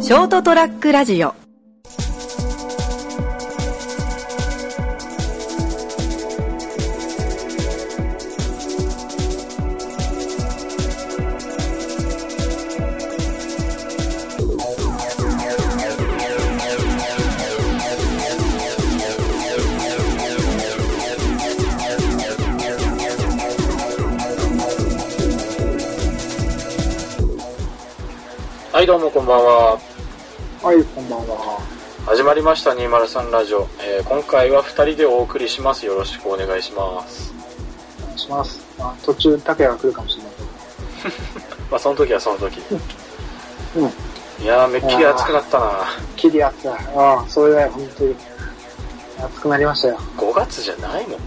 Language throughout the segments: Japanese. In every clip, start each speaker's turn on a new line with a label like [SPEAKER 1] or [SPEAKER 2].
[SPEAKER 1] ショートトラックラジオ
[SPEAKER 2] はいどうもこんばんは
[SPEAKER 3] はい、こんばんは。
[SPEAKER 2] 始まりました203ラジオ、えー今回は2人でお送りしますよろしくお願いします
[SPEAKER 3] お願いします。まあ、途中、拓也が来るかもしれない
[SPEAKER 2] まあその時はその時
[SPEAKER 3] けど。うん。
[SPEAKER 2] いやーめっきり暑くなったな
[SPEAKER 3] 切り暑い。ああ、それだよ、本当に。暑くなりましたよ。
[SPEAKER 2] 5月じゃないもん
[SPEAKER 3] あ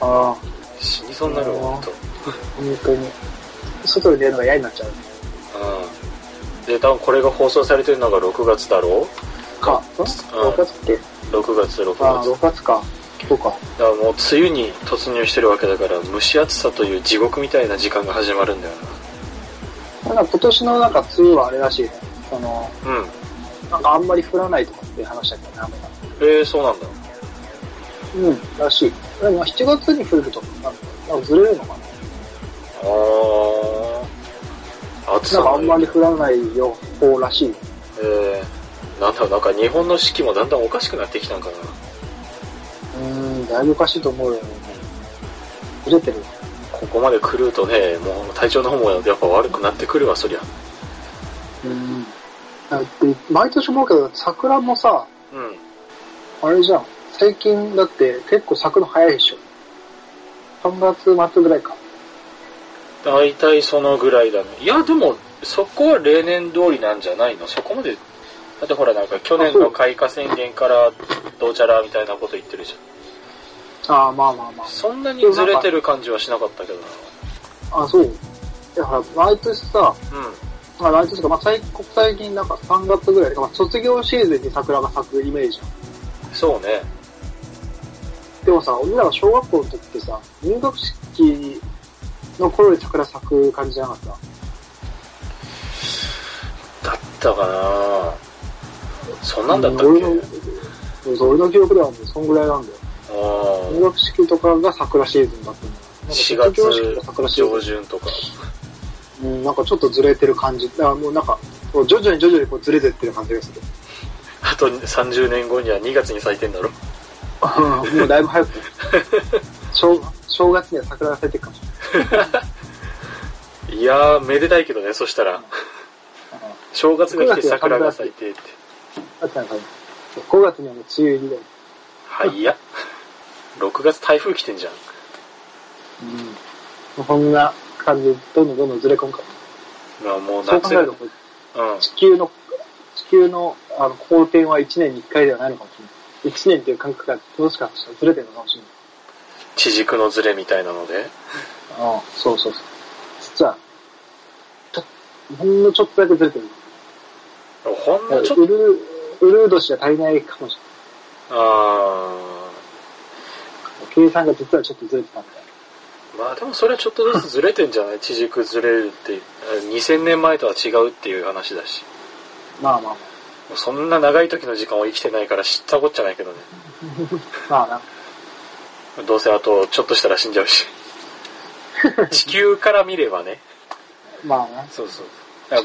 [SPEAKER 3] あ、本
[SPEAKER 2] 死にそうになるわほんと
[SPEAKER 3] 当に。外に出るのが嫌になっちゃう。
[SPEAKER 2] うんで多分これが放送されてるのが6月だろ
[SPEAKER 3] か。ん
[SPEAKER 2] うん
[SPEAKER 3] ?6 月っけ
[SPEAKER 2] う6月6月
[SPEAKER 3] ああ、6月か。そうか。
[SPEAKER 2] だからもう梅雨に突入してるわけだから蒸し暑さという地獄みたいな時間が始まるんだよ
[SPEAKER 3] なんか今年のなんか梅雨はあれらしいね。その、
[SPEAKER 2] なうん
[SPEAKER 3] なんかあんまり降らないとかって話だけどね、雨が。
[SPEAKER 2] えー、そうなんだ
[SPEAKER 3] うん、らしい。でも7月に降ると、なんかなんかずれるのかな。
[SPEAKER 2] ああ暑
[SPEAKER 3] なんかあんまり
[SPEAKER 2] え
[SPEAKER 3] 降らない予報らしい。
[SPEAKER 2] ー、なんだろうなんか日本の四季もだんだんおかしくなってきたんかな
[SPEAKER 3] うん、だいぶおかしいと思うよ。ずれてる。
[SPEAKER 2] ここまで来るとねもう体調の方もやっぱ悪くなってくるわそりゃ
[SPEAKER 3] うん。だって、毎年思うけど、桜もさ、
[SPEAKER 2] うん
[SPEAKER 3] あれじゃん。最近だって結構咲くの早いでしょ。3月末ぐらいか。
[SPEAKER 2] 大体そのぐらいだねいやでもそこは例年通りなんじゃないのそこまでだってほらなんか去年の開花宣言からどうちゃらみたいなこと言ってるじゃ
[SPEAKER 3] ああ、まあまあま
[SPEAKER 2] んそんなにずれてる感じはしなかったけどな
[SPEAKER 3] あ。あそう。いや、ほら、毎年さ、
[SPEAKER 2] うん
[SPEAKER 3] まあ、毎年とか、まあ、最国際近なんか3月ぐらいか、まあ、卒業シーズンに桜が咲くイメージじゃ
[SPEAKER 2] そうね
[SPEAKER 3] ん。でもさ、俺らが小学校の時ってさ、入学式の頃に桜咲く感じじゃなかった
[SPEAKER 2] だったかなそんなんだったっけ
[SPEAKER 3] うん俺のそう俺の記憶ではもうそんぐらいなんだよ。
[SPEAKER 2] あ
[SPEAKER 3] 入学式とかが桜シーズンだったの。
[SPEAKER 2] あ
[SPEAKER 3] 4
[SPEAKER 2] 4
[SPEAKER 3] が桜
[SPEAKER 2] 月
[SPEAKER 3] シー
[SPEAKER 2] 上
[SPEAKER 3] ズ
[SPEAKER 2] 旬とか
[SPEAKER 3] ン。うん、なんかちょっとずれてる感じ。だからもうなんか、こう徐々に徐々にこうずれてってる感じが する。
[SPEAKER 2] あと30年後には2月に咲いてんだろ
[SPEAKER 3] もうだいぶ 早く。正正月には桜が咲いてるかもしれ
[SPEAKER 2] いやーめでたいけどねそしたら
[SPEAKER 3] ない。
[SPEAKER 2] 正月が来て桜が咲いてって
[SPEAKER 3] あったのかな。5月にはもう梅雨入りだよ。
[SPEAKER 2] はいや6月台風来てんじゃん
[SPEAKER 3] うん。もうこんな感じでどんどんどんどんずれ込むか
[SPEAKER 2] まあもう
[SPEAKER 3] ら。そう
[SPEAKER 2] 夏
[SPEAKER 3] 考えるとこう、
[SPEAKER 2] うん
[SPEAKER 3] 地球の、地球の、あの、公転は1年に1回ではないのかもしれない。1年っていう感覚がもしかしたらずれてるのかもしれない。
[SPEAKER 2] 地軸のズレみたいなので
[SPEAKER 3] ああ、そうそうそう。実は、ちょほんのちょっとだけずれてる。
[SPEAKER 2] ほんのちょっと
[SPEAKER 3] ウル、ウルー年じゃ足りないかもし
[SPEAKER 2] あ
[SPEAKER 3] れない。計算が実はちょっとずれてたんだよ。
[SPEAKER 2] ーまあでもそれはちょっとずつずれてんじゃない地軸ずれるってあ2000年前とは違うっていう話だし
[SPEAKER 3] まあまあ
[SPEAKER 2] もうそんな長い時の時間を生きてないから知ったこっちゃないけどね
[SPEAKER 3] まあ。まあな。
[SPEAKER 2] どうせあとちょっとしたら死んじゃうし地球から見ればね
[SPEAKER 3] まあな。
[SPEAKER 2] そうそう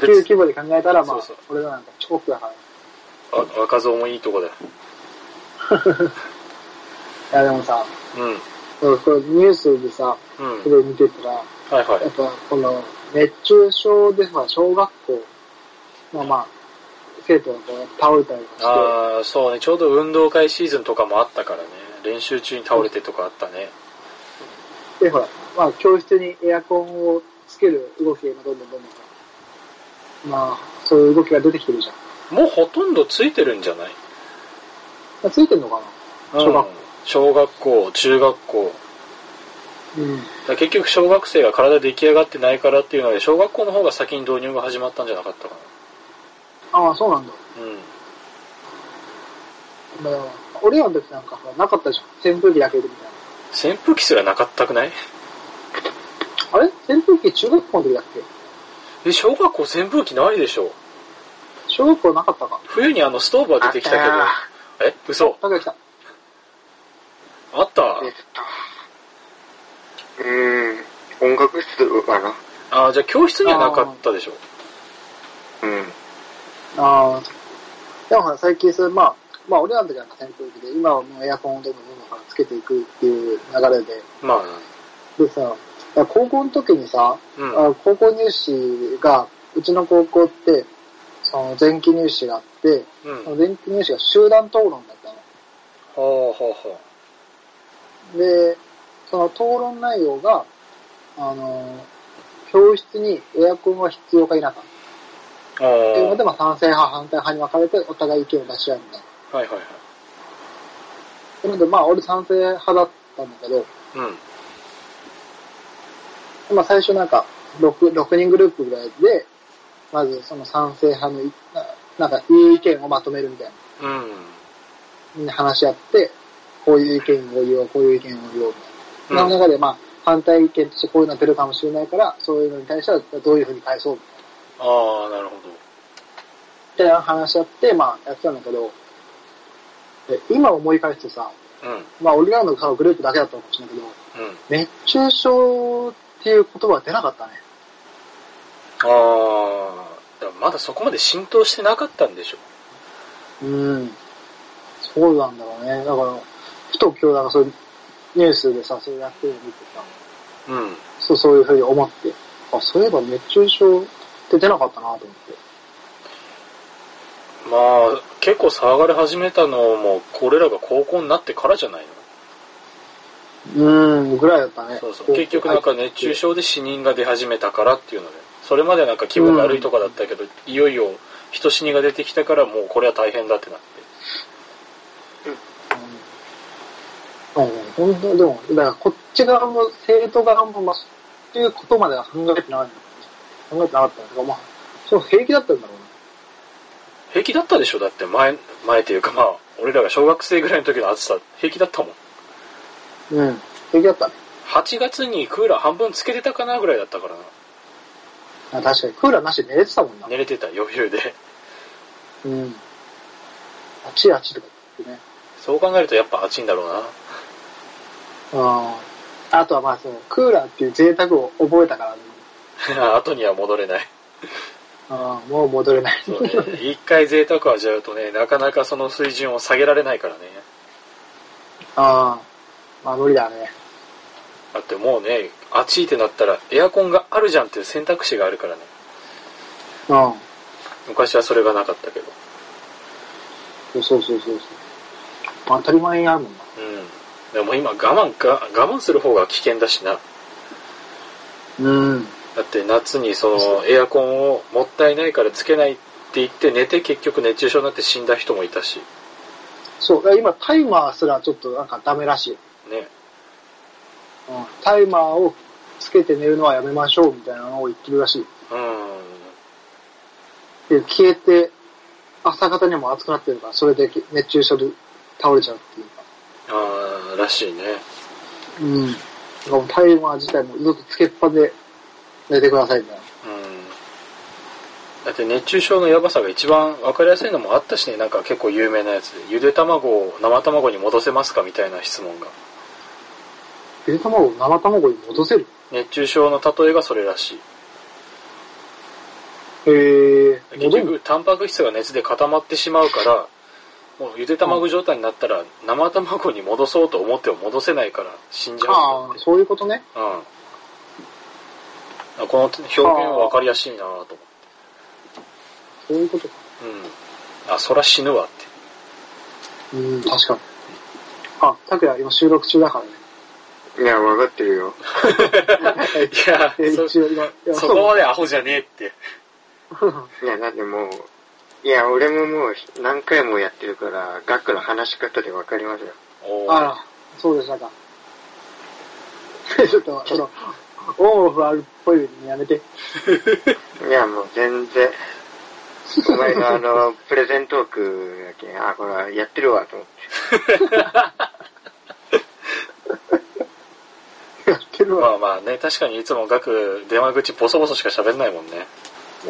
[SPEAKER 3] 地球規模で考えたら、まあ、
[SPEAKER 2] そう
[SPEAKER 3] 俺らなんか超くだから。
[SPEAKER 2] あ若造もいいとこだ
[SPEAKER 3] いやでもさ、
[SPEAKER 2] うんうん
[SPEAKER 3] うんこれニュースでさ、それ見てたら、
[SPEAKER 2] はいは
[SPEAKER 3] やっ
[SPEAKER 2] い
[SPEAKER 3] ぱこの熱中症でさ、小学校のまあ、生徒がこう倒れたりとか
[SPEAKER 2] ああそうねちょうど運動会シーズンとかもあったからね練習中に倒れてとかあったね
[SPEAKER 3] して、で、ほら、まあ教室にエアコンをつける動きが今どんどんどんどんさ、まあ、そういう動きが出てきてるじゃん。
[SPEAKER 2] もうほとんどついてるんじゃない
[SPEAKER 3] まあついてんのかな小学校
[SPEAKER 2] うん小学校中学校
[SPEAKER 3] うん。
[SPEAKER 2] だから結局小学生が体出来上がってないからっていうので小学校の方が先に導入が始まったんじゃなかったか
[SPEAKER 3] ああ、そうなんだ。
[SPEAKER 2] なうん
[SPEAKER 3] だから、俺らの時なんかほらなかったじゃん。扇風機だけでみたい
[SPEAKER 2] 扇風機すらなかったくない
[SPEAKER 3] な。あれ扇風機中学校の時だっけ
[SPEAKER 2] え小学校扇風機ないでしょ
[SPEAKER 3] 小学校なかったか
[SPEAKER 2] 冬にあのストーブは出てきたけど
[SPEAKER 1] あっ、
[SPEAKER 2] え、嘘
[SPEAKER 3] なんか来た。
[SPEAKER 2] あった
[SPEAKER 1] 出てた。うーん。音楽室かな。
[SPEAKER 2] あーじゃあ教室にはなかったでしょ。
[SPEAKER 1] うん。
[SPEAKER 3] ああ。でもほら、最近それ、まあ、まあ、俺らの時は扇風機で、今はもうエアコンをどんどんどんどんからつけていくっていう流れで。
[SPEAKER 2] まあ、
[SPEAKER 3] でさ、だから高校の時にさ、
[SPEAKER 2] うん。
[SPEAKER 3] あ高校入試が、うちの高校って、その前期入試があって、
[SPEAKER 2] うん。
[SPEAKER 3] そ
[SPEAKER 2] ほう
[SPEAKER 3] の前期入試が集団討論だったの。
[SPEAKER 2] ほうほ
[SPEAKER 3] で、その討論内容が、あのー、教室にエアコンは必要か否かっ
[SPEAKER 2] う。
[SPEAKER 3] ていうの
[SPEAKER 2] お
[SPEAKER 3] で、
[SPEAKER 2] ー
[SPEAKER 3] まあ、賛成派、反対派に分かれてお互い意見を出し合うみたいな。
[SPEAKER 2] はいはいはい。
[SPEAKER 3] なので、まあ、俺賛成派だったんだけど、
[SPEAKER 2] うん。
[SPEAKER 3] まあ、最初なんか6、6人グループぐらいで、まずその賛成派のい、ななんか、いい意見をまとめるみたいな。
[SPEAKER 2] うん。
[SPEAKER 3] みんな話し合って、こういう意見を言おう、こういう意見を言おうみたいな。
[SPEAKER 2] うん
[SPEAKER 3] その中で、まあ、反対意見としてこういうのが出るかもしれないから、そういうのに対してはどういうふうに返そうみたいな。
[SPEAKER 2] ああ、なるほ
[SPEAKER 3] って話し合って、まあ、やってたんだけど、で今思い返してさ、
[SPEAKER 2] ど。うん。
[SPEAKER 3] まあ、俺らのグループだけだったかもしれないけど、
[SPEAKER 2] うん。
[SPEAKER 3] 熱中症っていう言葉は出なかったね。
[SPEAKER 2] ああ、だからまだそこまで浸透してなかったんでしょ。
[SPEAKER 3] うん。そうなんだろうね。だから、ふと今日、なんかそういうニュースでさ、そうやってるの見てさ、
[SPEAKER 2] うん。
[SPEAKER 3] そう、そういうふうに思って、あ、そういえば熱中症って出なかったなと思って。
[SPEAKER 2] まあ、結構騒がれ始めたのも、これらが高校になってからじゃないの
[SPEAKER 3] うん、ぐらいだったね。
[SPEAKER 2] そうそう。結局なんか熱中症で死人が出始めたからっていうので、それまでなんか気分悪いとかだったけど、いよいよ人死にが出てきたからもうこれは大変だってなって。
[SPEAKER 3] うん、本当でも、だからこっち側も生徒側も、まあ、っていうことまでは考えてない。考えてなかったんだけど、まあ、そう平気だったんだろうね。
[SPEAKER 2] 平気だったでしょだって前、前というかまあ、俺らが小学生ぐらいの時の暑さ、平気だったもん。
[SPEAKER 3] うん。平気だったね。
[SPEAKER 2] 8月にクーラー半分つけてたかなぐらいだったからな。
[SPEAKER 3] あ確かに、クーラーなしで寝れてたもんな。
[SPEAKER 2] 寝れてた余裕で。
[SPEAKER 3] うん。あっちあっちとか言ってね。
[SPEAKER 2] そう考えるとやっぱ暑いんだろうな。
[SPEAKER 3] ああ。あとはまあ、その、クーラーっていう贅沢を覚えたからね。
[SPEAKER 2] 後には戻れない。
[SPEAKER 3] ああ、もう戻れない。
[SPEAKER 2] そうね。一回贅沢を味わうとね、なかなかその水準を下げられないからね。
[SPEAKER 3] ああ。まあ無理だね。
[SPEAKER 2] だってもうね、暑いってなったらエアコンがあるじゃんっていう選択肢があるからね。
[SPEAKER 3] うん。
[SPEAKER 2] 昔はそれがなかったけど。
[SPEAKER 3] そうそうそうそう。まあ当たり前にあるもんな。
[SPEAKER 2] うん。でも今我慢か、我慢する方が危険だしな。
[SPEAKER 3] うん。
[SPEAKER 2] だって夏にそのエアコンをもったいないからつけないって言って寝て結局熱中症になって死んだ人もいたし。
[SPEAKER 3] そう、だから今タイマーすらちょっとなんかダメらしい。
[SPEAKER 2] ね。
[SPEAKER 3] うん、タイマーをつけて寝るのはやめましょうみたいなのを言ってるらしい。
[SPEAKER 2] う
[SPEAKER 3] で、消えて、朝方にも暑くなってるから、それで熱中症で倒れちゃうっていう
[SPEAKER 2] ん。
[SPEAKER 3] か。
[SPEAKER 2] ああ、らしいね。
[SPEAKER 3] うん。だからもうタイマー自体もずっとつけっぱで寝てくださいみたいな。
[SPEAKER 2] うんだって熱中症のやばさが一番分かりやすいのもあったしねなんか結構有名なやつでゆで卵を生卵に戻せますかみたいな質問が
[SPEAKER 3] ゆで卵を生卵に戻せる
[SPEAKER 2] 熱中症の例えがそれらしい
[SPEAKER 3] へえ
[SPEAKER 2] 結
[SPEAKER 3] 戻る
[SPEAKER 2] 局タンパク質が熱で固まってしまうからもうゆで卵状態になったら生卵に戻そうと思っても戻せないから死んじゃうん
[SPEAKER 3] あ
[SPEAKER 2] だ
[SPEAKER 3] あ
[SPEAKER 2] っ、て
[SPEAKER 3] そういうことね。
[SPEAKER 2] うんあこの表現は分かりやすいなと思って
[SPEAKER 3] そういうことか。
[SPEAKER 2] うんあそら死ぬわって
[SPEAKER 3] うん、確かに。あ、さくら今収録中だからね。
[SPEAKER 1] いや、わかってるよ。
[SPEAKER 2] いや
[SPEAKER 3] え
[SPEAKER 2] そ
[SPEAKER 3] 一応今、いや
[SPEAKER 2] そこまでアホじゃねえって。
[SPEAKER 3] そう。
[SPEAKER 1] いや、だってもう、いや、俺ももう何回もやってるから、学の話し方でわかりますよ。
[SPEAKER 2] お
[SPEAKER 3] あ
[SPEAKER 2] ー
[SPEAKER 3] ら、そうでしたか。 ちょっと、その、オンオフあるっぽいのやめて。
[SPEAKER 1] いや、もう全然。お前のあの、プレゼントークだけ、あ、これやってるわ、と思って。
[SPEAKER 3] やってるわ。
[SPEAKER 2] まあまあね、確かにいつもガク、電話口ボソボソしか喋んないもんね。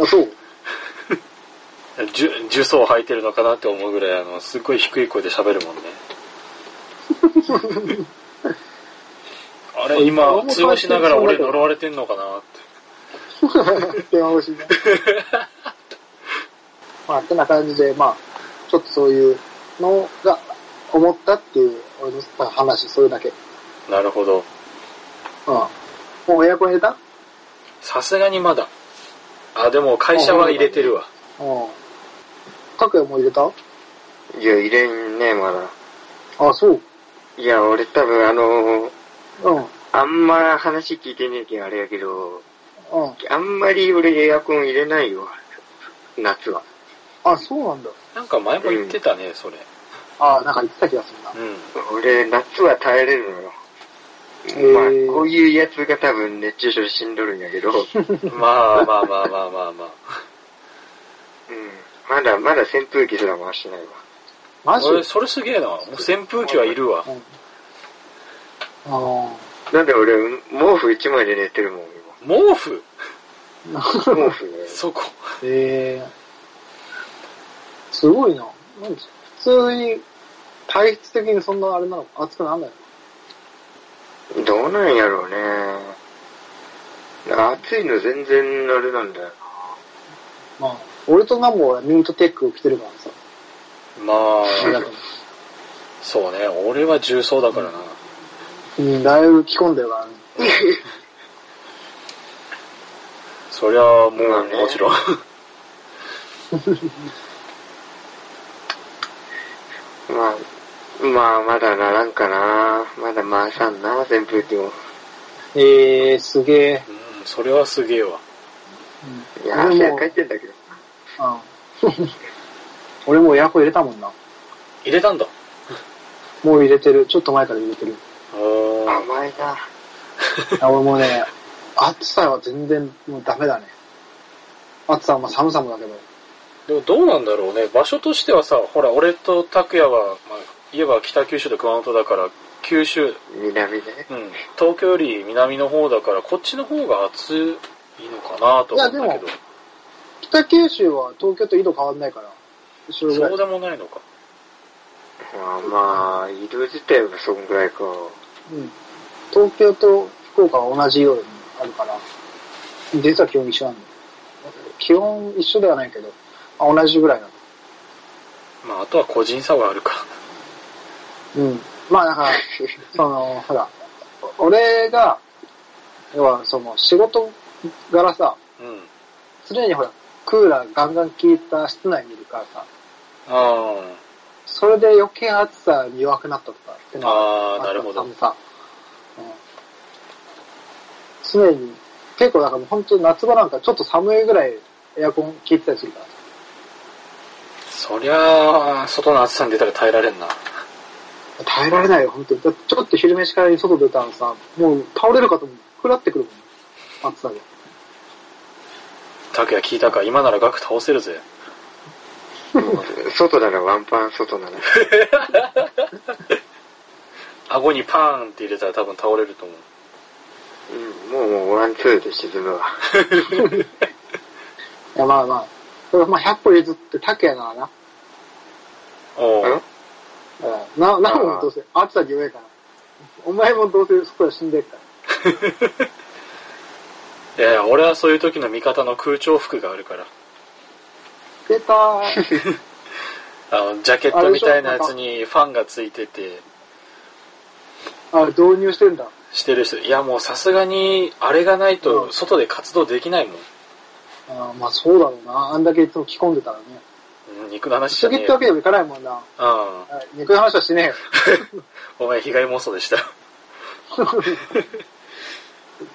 [SPEAKER 3] あ、そう。
[SPEAKER 2] じゅ呪詛を吐いてるのかなって思うぐらい、あの、すっごい低い声で喋るもんね。あれ、今、通話しながら俺呪われてんのかなって。
[SPEAKER 3] 電話越し にね。まあ、ってな感じで、まあ、ちょっとそういうのが思ったっていう、俺の話、それだけ。うん。
[SPEAKER 2] なるほど。
[SPEAKER 3] もうエアコン入れた
[SPEAKER 2] さすがにまだ。あ、でも会社は入れてるわ。
[SPEAKER 3] うん。各屋も入れた
[SPEAKER 1] いや、入れんね、まだ。
[SPEAKER 3] あ、そう。
[SPEAKER 1] いや、俺多分あのー
[SPEAKER 3] うん。うん。
[SPEAKER 1] あんま話聞いてねえけんあれやけど、あんまり俺エアコン入れないよ、夏は。
[SPEAKER 3] あ、そうなんだ。
[SPEAKER 2] なんか前も言ってたね、それ。
[SPEAKER 3] あ、なんか言ってた気がするな。
[SPEAKER 2] うん。
[SPEAKER 1] 俺、夏は耐えれるのよ。
[SPEAKER 3] ー
[SPEAKER 1] まあ、こういうやつが多分熱中症しんどるんやけ ど、うん。
[SPEAKER 2] まあまあまあまあまあまあ。
[SPEAKER 1] まだ、まだ扇風機すら回してないわ。
[SPEAKER 3] マジ
[SPEAKER 2] 俺、それすげえな。もう扇風機はいるわ。
[SPEAKER 3] うん。あ
[SPEAKER 1] なんで俺、毛布一枚で寝てるもん、
[SPEAKER 2] 毛布
[SPEAKER 3] あ。
[SPEAKER 1] 今。毛布ね。
[SPEAKER 2] そこ。
[SPEAKER 3] ええすごいな。なんか普通に、体質的にそんなあれなの熱くなんない
[SPEAKER 1] どうなんやろうね。暑いの全然あれなんだよ。
[SPEAKER 3] のまあ、俺とナモはミートテックを着てるからさ。
[SPEAKER 2] ま
[SPEAKER 3] あれだ
[SPEAKER 2] あ、
[SPEAKER 3] けど
[SPEAKER 2] そうね。俺は重曹だからな。
[SPEAKER 3] うん、だいぶ着込んでるからね。
[SPEAKER 2] そりゃ、もう、
[SPEAKER 1] まあね
[SPEAKER 2] もち ろん。
[SPEAKER 1] まあ、まあ、まだならんかな。まだ回さんな、扇風機も。
[SPEAKER 3] ええすげえ。
[SPEAKER 2] うん、それはすげえわ。
[SPEAKER 1] いや、
[SPEAKER 3] 俺
[SPEAKER 1] 汗
[SPEAKER 3] も
[SPEAKER 1] かいてんだけど。
[SPEAKER 3] うん。 俺もうエアコン入れたもんな。
[SPEAKER 2] 入れたんだ。
[SPEAKER 3] もう入れてる。ちょっと前から入れてる。
[SPEAKER 2] おー
[SPEAKER 1] 甘いな。
[SPEAKER 3] あ俺もうね、暑さは全然もうダメだね。暑さはまあ寒さもだけど。
[SPEAKER 2] でもどうなんだろうね。場所としてはさ、ほら、俺と拓也は、まあ、言えば北九州と熊本だから、九州、うん、
[SPEAKER 1] 南ね。
[SPEAKER 2] 東京より南の方だから、こっちの方が暑いのかなと思うんだけど
[SPEAKER 3] いやでも、北九州は東京と緯度変わんないから。一緒ぐらい
[SPEAKER 2] そう。でもないのか。
[SPEAKER 1] まあまあ、移動自体はそんぐらいか。
[SPEAKER 3] うん。東京と福岡は同じようにあるから。実は気温一緒なんだよ。気温一緒ではないけど、あ同じぐらいなの。
[SPEAKER 2] まあ、あとは個人差はあるか。
[SPEAKER 3] うん。まあだ から、その、ほら、俺が、要はその仕事柄さ、
[SPEAKER 2] うん。
[SPEAKER 3] 常にほら、クーラーガンガン効いた室内にいるからさ、
[SPEAKER 2] あ
[SPEAKER 3] それで余計暑さに弱くなったとかっての
[SPEAKER 2] あーなるほど
[SPEAKER 3] あったさ、うん、常に、結構だからもう本当夏場なんかちょっと寒いぐらいエアコン効いてたりするから。
[SPEAKER 2] あ、そりゃあ、外の暑さに出たら耐えられんな。
[SPEAKER 3] 耐えられないよ、本当に。だってちょっと昼飯から外出たらさ、もう倒れるかと思う。食らってくるもん。暑さで。
[SPEAKER 2] 拓也聞いたか、今なら額倒せるぜ。
[SPEAKER 1] 外ならワンパン、外なら。
[SPEAKER 2] 顎にパーンって入れたら多分倒れると思う。
[SPEAKER 1] うん、もうもうワンツーで沈むわ。
[SPEAKER 3] いや、まあまあ。それはまあ100歩譲って拓也ならな。
[SPEAKER 2] おう
[SPEAKER 1] う
[SPEAKER 3] う
[SPEAKER 1] ん
[SPEAKER 3] んな、なおもどうせ、暑さに弱いから。お前もどうせそこで死んでるか
[SPEAKER 2] いやいや、俺はそういう時の味方の空調服があるから。
[SPEAKER 3] ら。出たー。
[SPEAKER 2] あの、ジャケットみたいなやつにファンがついてて、
[SPEAKER 3] あ、導入してんだ。
[SPEAKER 2] してる人。いや、もうさすがに、あれがないと、外で活動できないもん。
[SPEAKER 3] あまあそうだろうな。あんだけいつも着込んでたらね。
[SPEAKER 2] うん肉の話じ
[SPEAKER 3] 一
[SPEAKER 2] ゃ
[SPEAKER 3] 撃
[SPEAKER 2] ね
[SPEAKER 3] っ
[SPEAKER 2] え
[SPEAKER 3] てわ
[SPEAKER 2] よ。
[SPEAKER 3] けにもいかないもんな。は
[SPEAKER 2] うん。
[SPEAKER 3] い肉の話はしねえよ。
[SPEAKER 2] お前、被害妄想でした。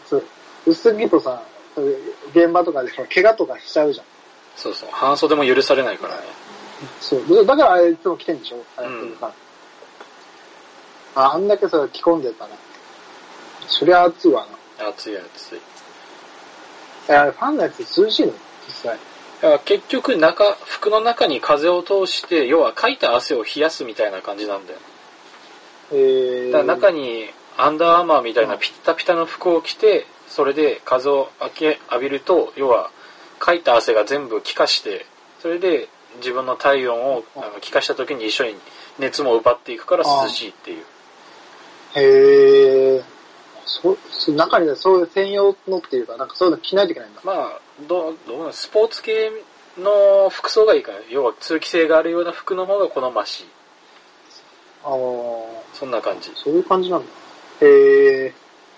[SPEAKER 3] そう。薄着とさ、現場とかでほら怪我とかしちゃうじゃん。
[SPEAKER 2] そうそう。半袖も許されないからね。
[SPEAKER 3] そう。だからあれいつも着てんでしょあれやってるから。あ、あんだけそれ着込んでたら。そりゃ暑いわな。
[SPEAKER 2] 暑い暑い。
[SPEAKER 3] え、あれファンのやつ涼しいの実際。
[SPEAKER 2] だから結局中、服の中に風を通して、要はかいた汗を冷やすみたいな感じなんだよ。
[SPEAKER 3] えー
[SPEAKER 2] だから中にアンダーアーマーみたいなピッタピタの服を着て、それで風をあけ浴びると、要はかいた汗が全部気化して、それで自分の体温をなんか気化した時に一緒に熱も奪っていくから涼しいっていう。
[SPEAKER 3] へえ。そう、そ中にはそういう専用のっていうか、なんかそういうの着ないといけないんだ。
[SPEAKER 2] まあ、どう、どうなんスポーツ系の服装がいいかな。要は通気性があるような服の方が好ましい。
[SPEAKER 3] ああ、そ
[SPEAKER 2] そんな感じ。
[SPEAKER 3] ういう感じなんだ。へえ。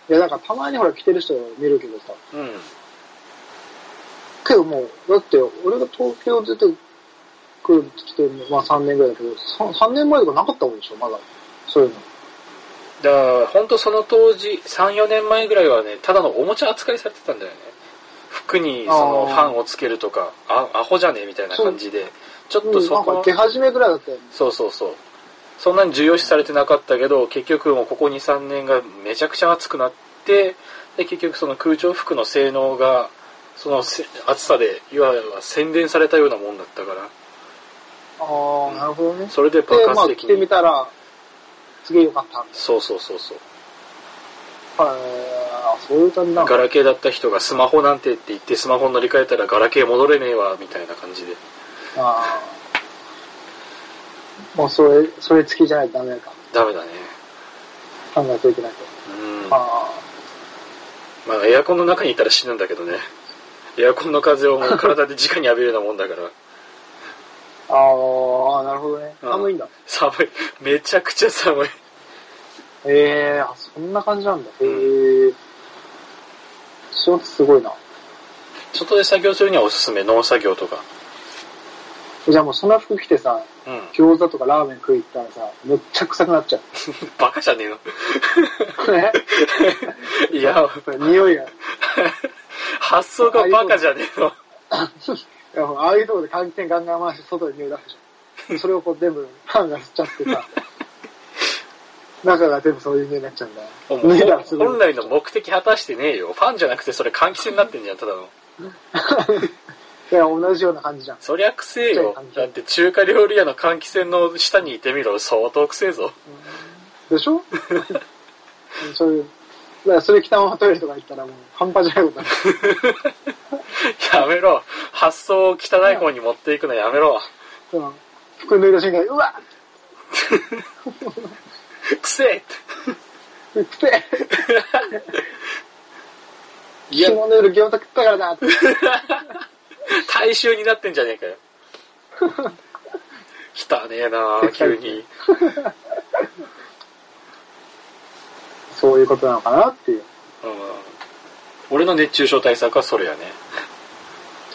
[SPEAKER 3] いや、なんかたまにほら着てる人見るけどさ。
[SPEAKER 2] うん。
[SPEAKER 3] けどもう、だって俺が東京出てくるって来てるの、まあ3年ぐらいだけど、3, 3年前とかなかったもんでしょ、まだ。そういうの。
[SPEAKER 2] だから、本当その当時、3、4年前ぐらいはね、ただのおもちゃ扱いされてたんだよね。服にそのフ
[SPEAKER 3] あー
[SPEAKER 2] ァンをつけるとか、あアホじゃねえみたいな感じで、ちょっと
[SPEAKER 3] うん、
[SPEAKER 2] そ
[SPEAKER 3] なん
[SPEAKER 2] こ
[SPEAKER 3] か
[SPEAKER 2] は、
[SPEAKER 3] 出始めぐらいだったよね。
[SPEAKER 2] そうそうそう。そんなに重要視されてなかったけど、結局もうここ2、3年がめちゃくちゃ暑くなって、で、結局その空調服の性能が、そのせ暑さで、いわば宣伝されたようなもんだったから、
[SPEAKER 3] ああ、なるほどね。
[SPEAKER 2] それで
[SPEAKER 3] で
[SPEAKER 2] 爆、
[SPEAKER 3] ま
[SPEAKER 2] 発
[SPEAKER 3] あ
[SPEAKER 2] 的
[SPEAKER 3] 着てみ
[SPEAKER 2] に。
[SPEAKER 3] たら、すげえよかったんです。
[SPEAKER 2] そうそうそうそう。
[SPEAKER 3] あーそういう感じなん
[SPEAKER 2] ガ
[SPEAKER 3] だ。
[SPEAKER 2] ラケーだった人がスマホなんてって言ってスマホに乗り換えたらガラケー戻れねえわみたいな感じで
[SPEAKER 3] ああ。もうそれ、それ付きじゃないとダメか。
[SPEAKER 2] ダメだね
[SPEAKER 3] 考えといけないと。
[SPEAKER 2] うんま
[SPEAKER 3] あ
[SPEAKER 2] あエアコンの中にいたら死ぬんだけどねエアコンの風をもう体で直に浴びるようなもんだから
[SPEAKER 3] あ。ああ、なるほどね。
[SPEAKER 2] うん
[SPEAKER 3] 寒いんだ。
[SPEAKER 2] 寒いめちゃくちゃ寒い
[SPEAKER 3] ええあ、そんな感じなんだ。へえ仕事すごいな。
[SPEAKER 2] 外で作業するにはおすすめ農作業とか
[SPEAKER 3] じゃあもうそんな服着てさ、
[SPEAKER 2] うん
[SPEAKER 3] 餃子とかラーメン食い行ったらさ、めっちゃ臭くなっちゃ
[SPEAKER 2] バカじゃねえの
[SPEAKER 3] う。ね
[SPEAKER 2] いや
[SPEAKER 3] これ匂いが。
[SPEAKER 2] 発想がバカじゃね えの
[SPEAKER 3] いやああいうところで換気扇ガンガン回して外に匂い出すじゃん。それをこう全部ファンが吸っちゃって さ、中が全部そういう匂いになっちゃうんだよ。
[SPEAKER 2] もう
[SPEAKER 3] 脱いだらすぐ
[SPEAKER 2] 本来の目的果たしてねえよファンじゃなくてそれ換気扇になってんじゃんただの
[SPEAKER 3] いや、同じような感じじゃん。
[SPEAKER 2] そりゃくせえよ
[SPEAKER 3] そういう感。じ
[SPEAKER 2] だって中華料理屋の換気扇の下にいてみろ。相当くせえぞ。
[SPEAKER 3] でしょそういう。だからそれ着たままトイレとか行ったらもう半端じゃないことになる。
[SPEAKER 2] やめろ。発想を汚い方に持っていくのやめろ。
[SPEAKER 3] その服脱いだ瞬間に、うわ
[SPEAKER 2] くせえ
[SPEAKER 3] っくせえ
[SPEAKER 2] いや
[SPEAKER 3] 昨日の夜餃子食ったからだって。
[SPEAKER 2] 大衆になってんじゃねえ かよ。汚ねえなあ急に。
[SPEAKER 3] そういうことなのかなっていう。
[SPEAKER 2] うん。俺の熱中症対策はそれやね。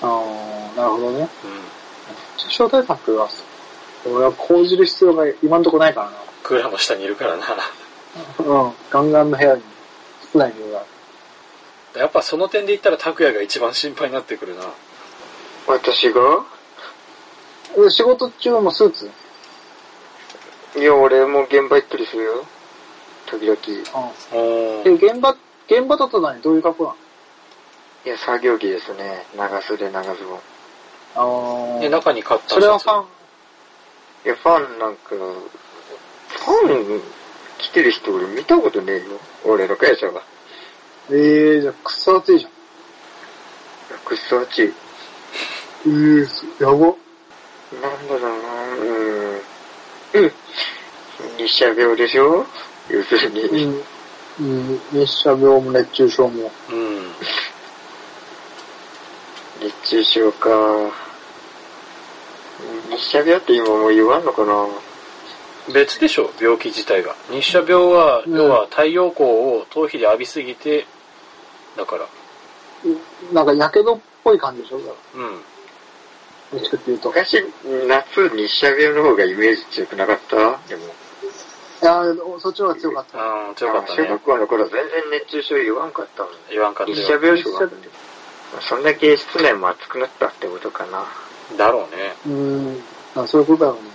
[SPEAKER 3] ああ、なるほどね。
[SPEAKER 2] うん。
[SPEAKER 3] 熱中症対策は、俺は講じる必要が今のところないからな。
[SPEAKER 2] クーラーの下にいるからな。
[SPEAKER 3] うん。ガンガンの部屋に、室内にいるから。
[SPEAKER 2] やっぱその点で言ったら拓也が一番心配になってくるな。
[SPEAKER 1] 私が
[SPEAKER 3] で仕事中はもうスーツ。うん。
[SPEAKER 1] いや、俺も現場行ったりするよ。時々。
[SPEAKER 2] お
[SPEAKER 3] で、
[SPEAKER 2] ー
[SPEAKER 3] 現場、現場だと何どういう格好ない
[SPEAKER 1] や、作業着ですね。長袖、長ズボン。
[SPEAKER 3] のあ
[SPEAKER 2] で、
[SPEAKER 3] あ。
[SPEAKER 2] 中に買った
[SPEAKER 3] それはファン、
[SPEAKER 1] いや、ファンなんか、ファン来てる人俺見たことねえよ。俺の会社は。
[SPEAKER 3] ええじゃあくっそ暑いじゃん。
[SPEAKER 1] くっそ暑い。
[SPEAKER 3] ええやば。
[SPEAKER 1] なんだろうなうーん。うん。日射病でしょ要する
[SPEAKER 3] う
[SPEAKER 1] に。
[SPEAKER 3] ん。うん。熱射病も熱中症も。
[SPEAKER 2] うん。
[SPEAKER 1] 熱中症か。日射病って今もう言わんのかな
[SPEAKER 2] 別でしょ病気自体が日射病は、
[SPEAKER 3] うん
[SPEAKER 2] 要は太陽光を頭皮で浴びすぎてだから
[SPEAKER 3] なんか、やけどっぽい感じでしょだか
[SPEAKER 2] うん
[SPEAKER 3] らどっちかっていうと。
[SPEAKER 1] 昔、夏、日射病の方がイメージ強くなかったでも。
[SPEAKER 3] いやーそっちの方が強かった。
[SPEAKER 2] ああ強かった
[SPEAKER 1] 小
[SPEAKER 2] ね
[SPEAKER 1] 学校の頃全然熱中症言わんかったもんね。
[SPEAKER 2] 言わんかった
[SPEAKER 1] 日射
[SPEAKER 2] よ
[SPEAKER 1] 病症があったんだよそんだけ室内も暑くなったってことかな。
[SPEAKER 2] だろうね
[SPEAKER 3] うん。あそういうことだろうね。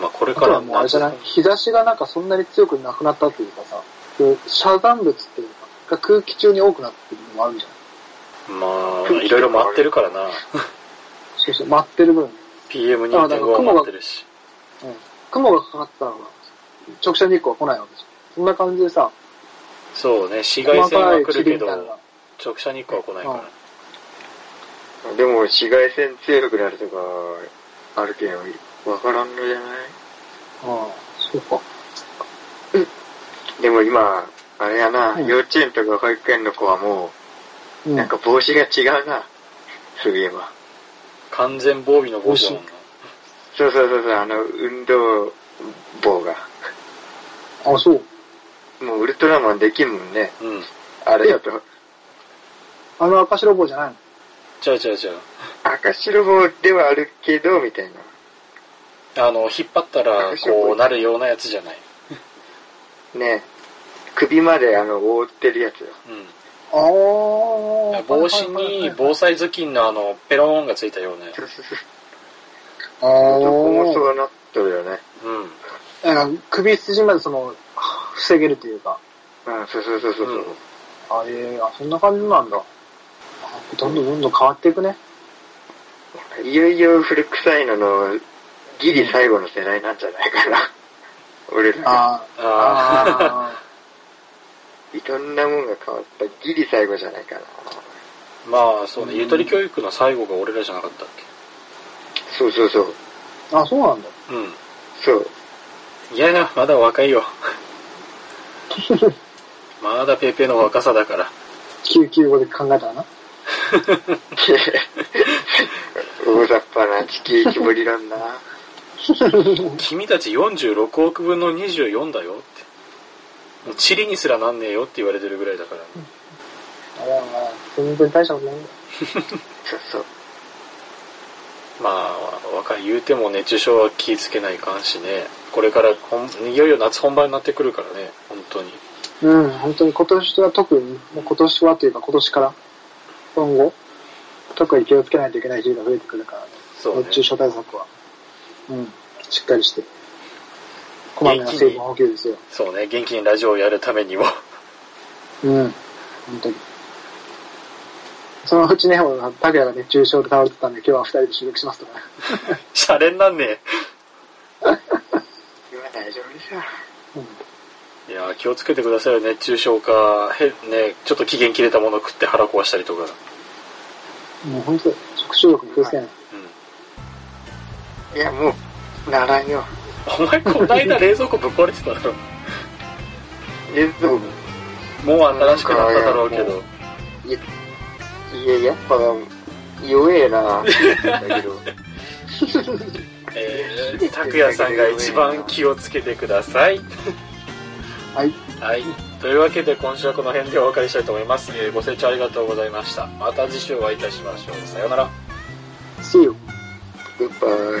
[SPEAKER 2] まあこれ
[SPEAKER 3] あ
[SPEAKER 2] か
[SPEAKER 3] と
[SPEAKER 2] ら
[SPEAKER 3] はもうあれじゃない日差しがなんかそんなに強くなくなったというかさ、こう遮断物っていうか、が空気中に多くなってるのもあるじゃん。
[SPEAKER 2] まあいろいろ回ってるからな
[SPEAKER 3] そうそう、待ってる分。うん。あだから
[SPEAKER 2] PM2.5
[SPEAKER 3] 雲
[SPEAKER 2] は
[SPEAKER 3] が
[SPEAKER 2] 回ってるし
[SPEAKER 3] 雲がかかったら、直射日光は来ないわけじゃん。そんな感じでさ、
[SPEAKER 2] そうね紫外
[SPEAKER 3] 細
[SPEAKER 2] 線
[SPEAKER 3] か
[SPEAKER 2] はい来る
[SPEAKER 3] 塵
[SPEAKER 2] け
[SPEAKER 3] み
[SPEAKER 2] ど
[SPEAKER 3] たいなのが。
[SPEAKER 2] 直射日光は来ないから
[SPEAKER 3] うん
[SPEAKER 1] でも紫外線強くなるとか、あるけど、わからんのじゃない
[SPEAKER 3] ああ、そうか。
[SPEAKER 1] でも今、あれやな、
[SPEAKER 3] うん
[SPEAKER 1] 幼稚園とか保育園の子はも
[SPEAKER 3] う
[SPEAKER 1] う、
[SPEAKER 3] ん。
[SPEAKER 1] なんか帽子が違うな。そういえば。
[SPEAKER 2] 完全防備の帽子だもんな。
[SPEAKER 1] そうそうそうそう、あの、運動帽が。
[SPEAKER 3] あ、そう。
[SPEAKER 1] もうウルトラマンできんもんね。
[SPEAKER 2] うん。
[SPEAKER 1] あれだと。
[SPEAKER 3] あの赤白棒じゃないの
[SPEAKER 2] じゃあじゃあじゃ
[SPEAKER 1] 赤白帽ではあるけど、みたいな。
[SPEAKER 2] あ。あの、引っ張ったら、こう、なるようなやつじゃない。
[SPEAKER 1] ね首まであの、覆ってるやつよ。
[SPEAKER 2] うん。
[SPEAKER 3] ああ。
[SPEAKER 2] 帽子に防災頭巾のあの、ペローンがついたようなやつ。
[SPEAKER 1] そうそうそう。
[SPEAKER 3] あ
[SPEAKER 1] 男も
[SPEAKER 3] あ。
[SPEAKER 1] そうなっとるよね。
[SPEAKER 2] うん。
[SPEAKER 3] なんか首筋までその、防げるというか。
[SPEAKER 1] うん、そうそうそうそうそう。
[SPEAKER 2] うん
[SPEAKER 3] あええあ、そんな感じなんだ。あどんどんどんどん変わっていくね。
[SPEAKER 1] いよいよ古臭いのの、ギリ最後の世代なんじゃないかな。 俺ら、
[SPEAKER 3] ああ。
[SPEAKER 2] ああ。
[SPEAKER 3] あ
[SPEAKER 1] いろんなもんが変わった。ギリ最後じゃないかな。
[SPEAKER 2] まあ、そうね、
[SPEAKER 3] うん
[SPEAKER 2] ゆとり教育の最後が俺らじゃなかったっ
[SPEAKER 1] そうそうそう。
[SPEAKER 3] あ。あ、そうなんだ。
[SPEAKER 2] けうん。
[SPEAKER 1] そう。
[SPEAKER 2] いやいや、まだ若いよ。まだペーペーの若さだから。
[SPEAKER 3] 救急語で考えたらな。
[SPEAKER 1] 大雑把な地球規模理論な。
[SPEAKER 2] 君たち46億分の24だよって。もうチリにすらなんねえよって言われてるぐらいだから、
[SPEAKER 3] あれはまあ、全然大したことないんだ。
[SPEAKER 1] そうそう。
[SPEAKER 2] まあ、若い言うても熱中症は気ぃつけないかんしね。これからほん、いよいよ夏本番になってくるからね、本当に。
[SPEAKER 3] うん、本当に今年は特に、もう今年はというか今年から、今後、特に気をつけないといけない日が増えてくるからね。
[SPEAKER 2] そうね
[SPEAKER 3] 熱。中症対策は。うん、しっかりして。こまめな水分補給ですよ。
[SPEAKER 2] そうね、元気にラジオをやるためにも。
[SPEAKER 3] うん、本当に。そのうちね、俺は拓也が熱中症で倒れてたんで、今日は二人で収録しますとかね。
[SPEAKER 2] シャレになんねえ。
[SPEAKER 1] 今大丈夫ですよ。
[SPEAKER 3] うん
[SPEAKER 2] いやー気をつけてくださいよ熱中症かへねちょっと期限切れたもの食って腹壊したりとか、うん、
[SPEAKER 3] もう本当、食中毒に気をつけない。
[SPEAKER 1] いや、もう、ならんよ。
[SPEAKER 2] お前こないだ冷蔵庫ぶっ壊れてただろ
[SPEAKER 1] 冷蔵庫
[SPEAKER 2] もう新しくなっただろうけど
[SPEAKER 1] いや、やっぱ、弱えな。だけど。
[SPEAKER 2] えー拓也、さんが一番気をつけてください
[SPEAKER 3] はい、
[SPEAKER 2] はいというわけで今週はこの辺でお別れしたいと思います、えーご清聴ありがとうございましたまた次週お会いいたしましょうさようなら
[SPEAKER 3] See you!
[SPEAKER 1] グッバ